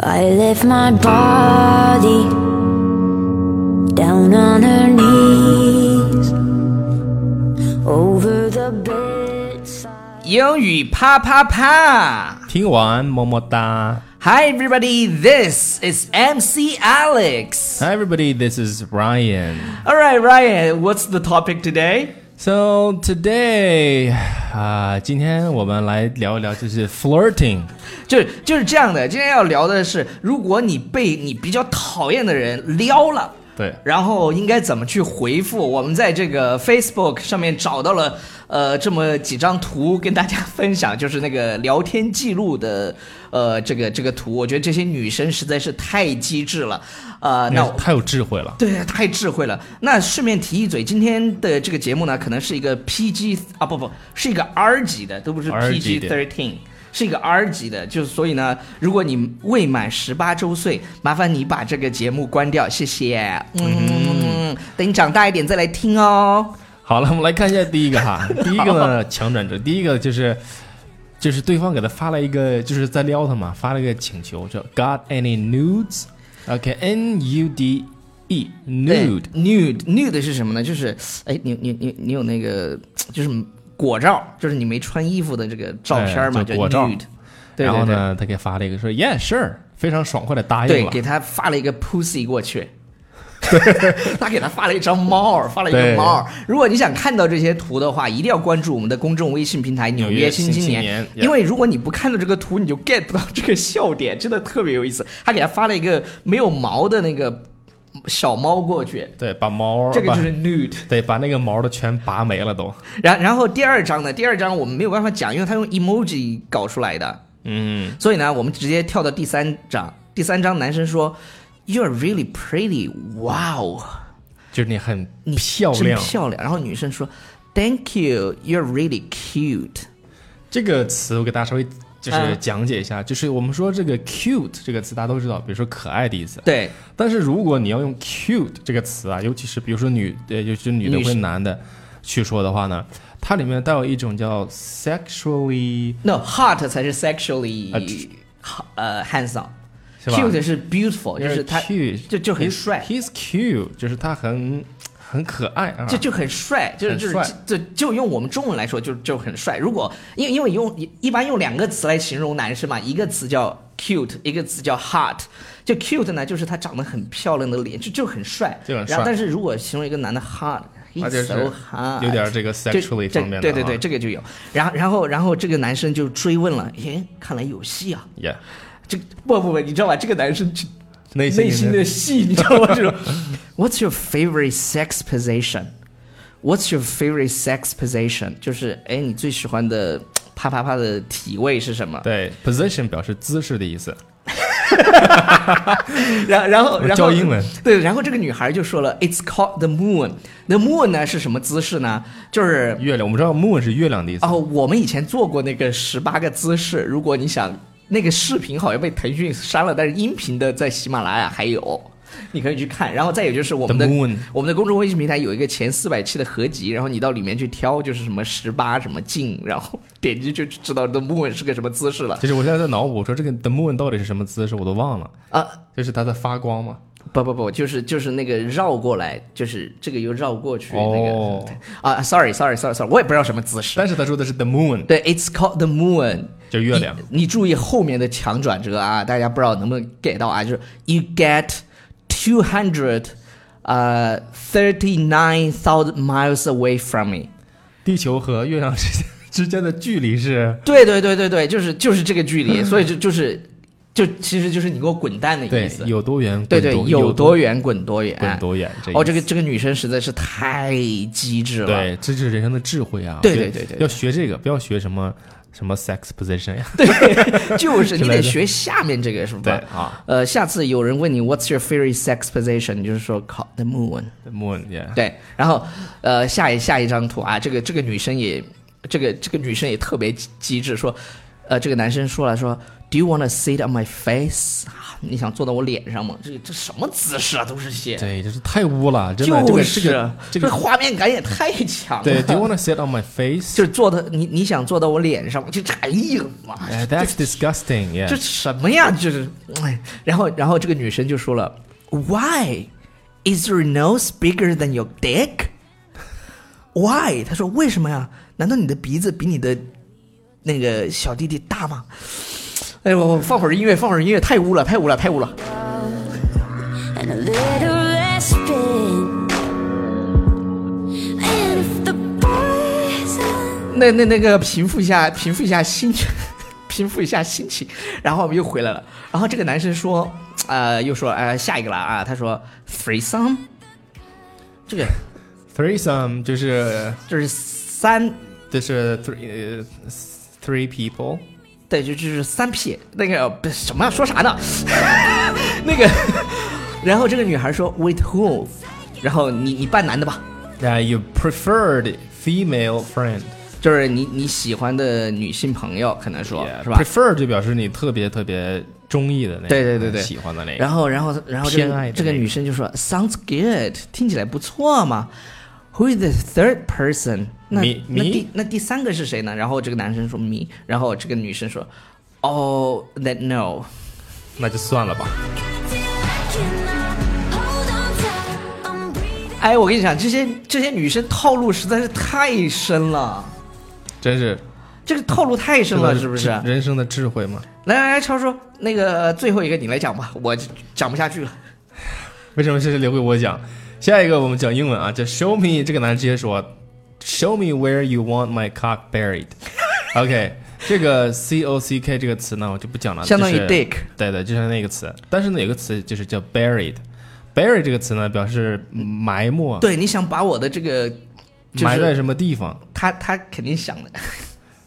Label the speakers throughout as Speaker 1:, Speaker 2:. Speaker 1: I left my body down on her knees over the bedside.
Speaker 2: 英语啪啪啪
Speaker 3: 听完么么哒。
Speaker 2: ！Hi everybody, this is MC Alex.
Speaker 3: Hi everybody, this is Ryan.
Speaker 2: All right, Ryan, what's the topic today?
Speaker 3: So today 啊、今天我们来聊一聊就是 flirting。
Speaker 2: 就是就是这样的，今天要聊的是，如果你被你比较讨厌的人撩了。
Speaker 3: 对
Speaker 2: 然后应该怎么去回复？我们在这个 Facebook 上面找到了呃这么几张图跟大家分享，就是那个聊天记录的呃这个这个图，我觉得这些女生实在是太机智了，呃，那我
Speaker 3: 太有智慧了。
Speaker 2: 对，太智慧了。那顺便提一嘴，今天的这个节目呢，可能是一个 PG 啊，不不，是一个 R 级的，都不是
Speaker 3: R 级
Speaker 2: PG
Speaker 3: 的
Speaker 2: thirteen，是一个 R 级的。就是所以呢，如果你未满十八周岁，麻烦你把这个节目关掉，谢谢。嗯，等你长大一点再来听哦。
Speaker 3: 好了，我们来看一下第一个 哈，第一个呢强转折，第一个就是就是对方给他发了一个就是在撩他嘛，发了一个请求，叫 Got any nudes？OK，N、U D E
Speaker 2: 对
Speaker 3: nude。
Speaker 2: nude nude 是什么呢？就是哎，你你你你有那个就是果照，就是你没穿衣服的这个照片嘛，
Speaker 3: 哎
Speaker 2: 叫
Speaker 3: 就果照
Speaker 2: nude。对
Speaker 3: 然后
Speaker 2: 对对。
Speaker 3: 呢，他给发了一个说 Yeah sure，非常爽快的答应
Speaker 2: 对，
Speaker 3: 了
Speaker 2: 给。他发了一个 pussy 过 去。他给他发了一张猫儿，发了一个
Speaker 3: 对
Speaker 2: 猫儿。如果你想看到这些图的话，一定要关注我们的公众微信平台《纽
Speaker 3: 纽约
Speaker 2: 新
Speaker 3: 新青
Speaker 2: 年》
Speaker 3: 年
Speaker 2: 因为如果你不看到这个图，你就 get 不到这个笑点，真的特别有意思。他给他发了一个没有毛的那个小猫过去，
Speaker 3: 对，把毛
Speaker 2: 这个就是
Speaker 3: 把
Speaker 2: nude。
Speaker 3: 对把那个毛都全拔没了都。
Speaker 2: 然然后第二张呢？第二张我们没有办法讲，因为他用 emoji 搞出来的。
Speaker 3: 嗯，
Speaker 2: 所以呢，我们直接跳到第三章。第三章男生说：“You're really pretty, wow，
Speaker 3: 就是你很
Speaker 2: 你
Speaker 3: 漂
Speaker 2: 真
Speaker 3: 亮。
Speaker 2: 漂亮。”然后女生说：“Thank you, you're really cute。
Speaker 3: 这个词我给大家稍微就是
Speaker 2: 嗯
Speaker 3: 讲解一下，就是我们说这个 cute 这个词大家都知道，比如说可爱的意思”。
Speaker 2: 对，
Speaker 3: 但是如果你要用 cute 这个词啊，尤其是比如说女呃，尤其是女的
Speaker 2: 女
Speaker 3: 或者
Speaker 2: 生
Speaker 3: 男的去说的话呢，它里面带有一种叫 sexually
Speaker 2: 那、no, hot 才是 sexually
Speaker 3: 啊这
Speaker 2: 好呃 handsome。
Speaker 3: 是吧
Speaker 2: cute 是 beautiful，就是他
Speaker 3: cute
Speaker 2: 就就很
Speaker 3: he's-
Speaker 2: 帅
Speaker 3: ，he's cute 就是他很很可爱啊，
Speaker 2: 就就很帅，就是
Speaker 3: 很
Speaker 2: 就是
Speaker 3: 帅
Speaker 2: 就就用我们中文来说，就就很帅。如果因为因为用一一般用两个词来形容男生嘛，一个词叫 cute，一个词叫 hot。就 cute 呢，就是他长得很漂亮的脸，就就很帅。
Speaker 3: 就很帅
Speaker 2: 然后但是如果形容一个男的 hot。
Speaker 3: 他就
Speaker 2: He's
Speaker 3: 是
Speaker 2: so hot，
Speaker 3: 有点这个
Speaker 2: 这
Speaker 3: sexually
Speaker 2: 这
Speaker 3: 方面的啊
Speaker 2: 对对对，这个就有。然后然后然后这个男生就追问了，耶，看来有戏啊。
Speaker 3: yeah
Speaker 2: 这不不不，你知道吧？这个男生就
Speaker 3: 内
Speaker 2: 内
Speaker 3: 心
Speaker 2: 心的戏，你知道吗？这种 What's your favorite sex position? What's your favorite sex position? 就是哎，你最喜欢的啪啪啪的体位是什么？
Speaker 3: 啊对 position 表示姿势的意思，
Speaker 2: 然然后
Speaker 3: 我
Speaker 2: 然后
Speaker 3: 教英文
Speaker 2: 对，然后这个女孩就说了，It's called the moon. The moon 呢是什么姿势呢？就是
Speaker 3: 月亮我们知道 moon 是月亮的意思，
Speaker 2: 哦，我们以前做过那个十八个姿势，如果你想。那个视频好像被腾讯删了，但是音频的在喜马拉雅还有，你可以去看。然后再有就是我
Speaker 3: the
Speaker 2: 们的
Speaker 3: moon
Speaker 2: 我们的公众微信平台有一个前四百期的合集，然后你到里面去挑，就是什么十八什么进，然后点进去就知道 The Moon 是个什么姿势了
Speaker 3: 其实我现在在脑补，我说这个 the moon 到底是什么姿势，我都忘了，
Speaker 2: 啊！
Speaker 3: 就是它在发光嘛。
Speaker 2: 不不不，就是就是那个绕过来，就是这个又绕过去、
Speaker 3: 哦，
Speaker 2: 那个啊，sorry sorry sorry sorry，我也不知道什么姿势。
Speaker 3: 但是他说的是 the moon，
Speaker 2: 对，It's called the moon，
Speaker 3: 就月亮。
Speaker 2: 你。你注意后面的强转折啊，大家不知道能不能 get 到啊？就是 You get two hundred，呃，thirty nine thousand miles away from me。
Speaker 3: 地球和月亮之间之间的距离是，
Speaker 2: 对对对对对，就是就是这个距 离，所以就就是就其实就是你给我滚蛋的意
Speaker 3: 对
Speaker 2: 思。，
Speaker 3: 有多远滚
Speaker 2: 对
Speaker 3: 多？
Speaker 2: 对，有
Speaker 3: 有
Speaker 2: 多远滚多远。
Speaker 3: 滚多远？
Speaker 2: 哦，
Speaker 3: 这
Speaker 2: 这个这个女生实在是太机智
Speaker 3: 个
Speaker 2: 了。
Speaker 3: 对，这就是人生的智慧啊！
Speaker 2: 对
Speaker 3: 我觉
Speaker 2: 对
Speaker 3: 得
Speaker 2: 对对对
Speaker 3: 要学这个，不要学什么什么 sex position 呀。
Speaker 2: 对，就是 你
Speaker 3: 之类
Speaker 2: 得
Speaker 3: 的
Speaker 2: 学下面这个是
Speaker 3: 对
Speaker 2: 吧？
Speaker 3: 啊
Speaker 2: 呃，下次有人问你 What's your favorite sex position，你就是说 Caught the moon。
Speaker 3: ，the moon 呀，
Speaker 2: 对，然后呃，下一下一张图啊，这个这个女生也，这个这个女生也特别机机智，说，呃，这个男生说了说 Do you wanna sit on my face？啊，你想坐到我脸上吗？这这什么姿势啊？都是些，
Speaker 3: 对，这是太污了，真的，
Speaker 2: 就是
Speaker 3: 这个
Speaker 2: 啊
Speaker 3: 这个这个，
Speaker 2: 画面感也太强了。
Speaker 3: 对，Do you wanna sit on my face？
Speaker 2: 就是坐的你你想坐到我脸上吗？这哎呀妈呀！
Speaker 3: 哎，That's disgusting.
Speaker 2: 这
Speaker 3: Yeah.
Speaker 2: 什么呀？就是，哎，然后然后这个女生就说了，Why is your nose bigger than your dick? Why？她说为什么呀？难道你的鼻子比你的那个小弟弟大吗？哎呦，我放会儿音乐，放会儿音乐，太污了，太污了，太污了。
Speaker 1: and a little respite. And if the poison
Speaker 2: 那那那个平复一下，平复一下心情， 平复一下心情，然后我们又回来了。然后这个男生说，呃，又说，呃，下一个了啊。他说，threesome，这个
Speaker 3: Threesome 就是
Speaker 2: 这是三
Speaker 3: 就是 three 呃 three people。
Speaker 2: 对，就就是三 P 那个不是什么呀说啥呢？ 那个，然后这个女孩说 With who？然后你你扮男的吧，
Speaker 3: Yeah, you preferred female friend，
Speaker 2: 就是你你喜欢的女性朋友，可能说
Speaker 3: Yeah,
Speaker 2: 是吧？
Speaker 3: ？Prefer 就表示你特别特别中意的那个，
Speaker 2: 对对对对
Speaker 3: 喜欢的那个。
Speaker 2: 然后然后然后这
Speaker 3: 偏爱
Speaker 2: 个
Speaker 3: 的
Speaker 2: 这个
Speaker 3: 那个
Speaker 2: 女生就说 Sounds good，听起来不错嘛。Who is the third person？那
Speaker 3: Me-
Speaker 2: 那
Speaker 3: me？
Speaker 2: 第那第三个是谁呢？然后这个男生说 me，然后这个女生说 Oh that no。
Speaker 3: 那就算了吧。
Speaker 1: till I cannot hold on tight. I'm breathing.
Speaker 2: 哎，我跟你讲，这些这些女生套路实在是太深了。
Speaker 3: 真是
Speaker 2: 这个套路太深了，是不是？啊来
Speaker 3: 人生的智慧嘛？
Speaker 2: 来来，超叔，那个最后一个你来讲吧，我讲不下去了。
Speaker 3: 为什么这是留给我讲？下一个我们讲英文啊，叫 Show me 这个男的直接说，Show me where you want my cock buried 。OK，这个 C O C K 这个词呢，我就不讲了，
Speaker 2: 相当于
Speaker 3: 就是
Speaker 2: dick
Speaker 3: 对对，就像那个词。但是呢，有个词就是叫 buried。buried 这个词呢，表示埋没，
Speaker 2: 对，你想把我的这个，就是
Speaker 3: 埋在什么地方。
Speaker 2: 他他肯定想的，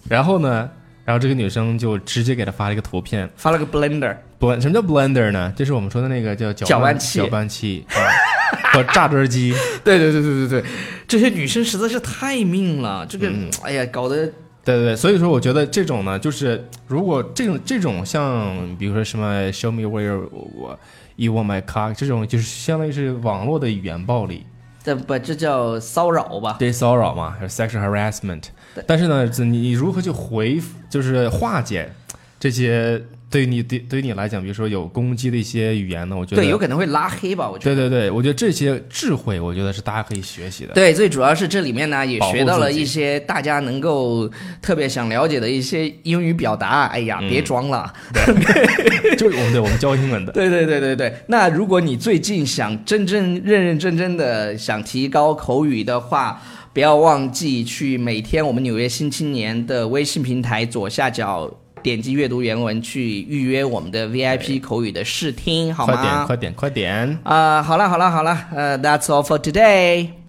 Speaker 3: 然后呢，然后这个女生就直接给他发了一个图片。
Speaker 2: 发了个 blender，
Speaker 3: blend 什么叫 blender 呢？就是我们说的那个叫搅
Speaker 2: 搅
Speaker 3: 拌
Speaker 2: 拌器
Speaker 3: 搅拌器啊和榨汁机。
Speaker 2: 对对对对对对，这些女生实在是太命了，这个、哎呀，搞得
Speaker 3: 对对对，所以说我觉得这种呢，就是如果这种这种像比如说什么 “show me where you- 我 you want my cock” 这种，就是相当于是网络的语言暴力，
Speaker 2: 这不这叫骚扰吧？
Speaker 3: 对骚扰嘛，还是 sexual harassment
Speaker 2: 对。
Speaker 3: 但是呢，这你如何去回，就是化解这些对你对对于你来讲，比如说有攻击的一些语言呢？我觉得
Speaker 2: 对，有可能会拉黑吧，我觉得。
Speaker 3: 对对对，我觉得这些智慧，我觉得是大家可以 学习的。
Speaker 2: 对，最主要是这里面呢也
Speaker 3: 保护
Speaker 2: 学到了
Speaker 3: 自己
Speaker 2: 一些大家能够特别想了解的一些英语表达。哎呀，别装了。
Speaker 3: 就是我们对我们教英文的。
Speaker 2: 对对对对对，那如果你最近想真正认认真真的想提高口语的话，不要忘记去每天我们纽约新青年的微信平台左下角点击阅读原文去预约我们的 VIP 口语的试听，好
Speaker 3: 快点，
Speaker 2: 吗
Speaker 3: 快？点，快点！
Speaker 2: 啊、好了好了好了，呃、t h a t s all for today。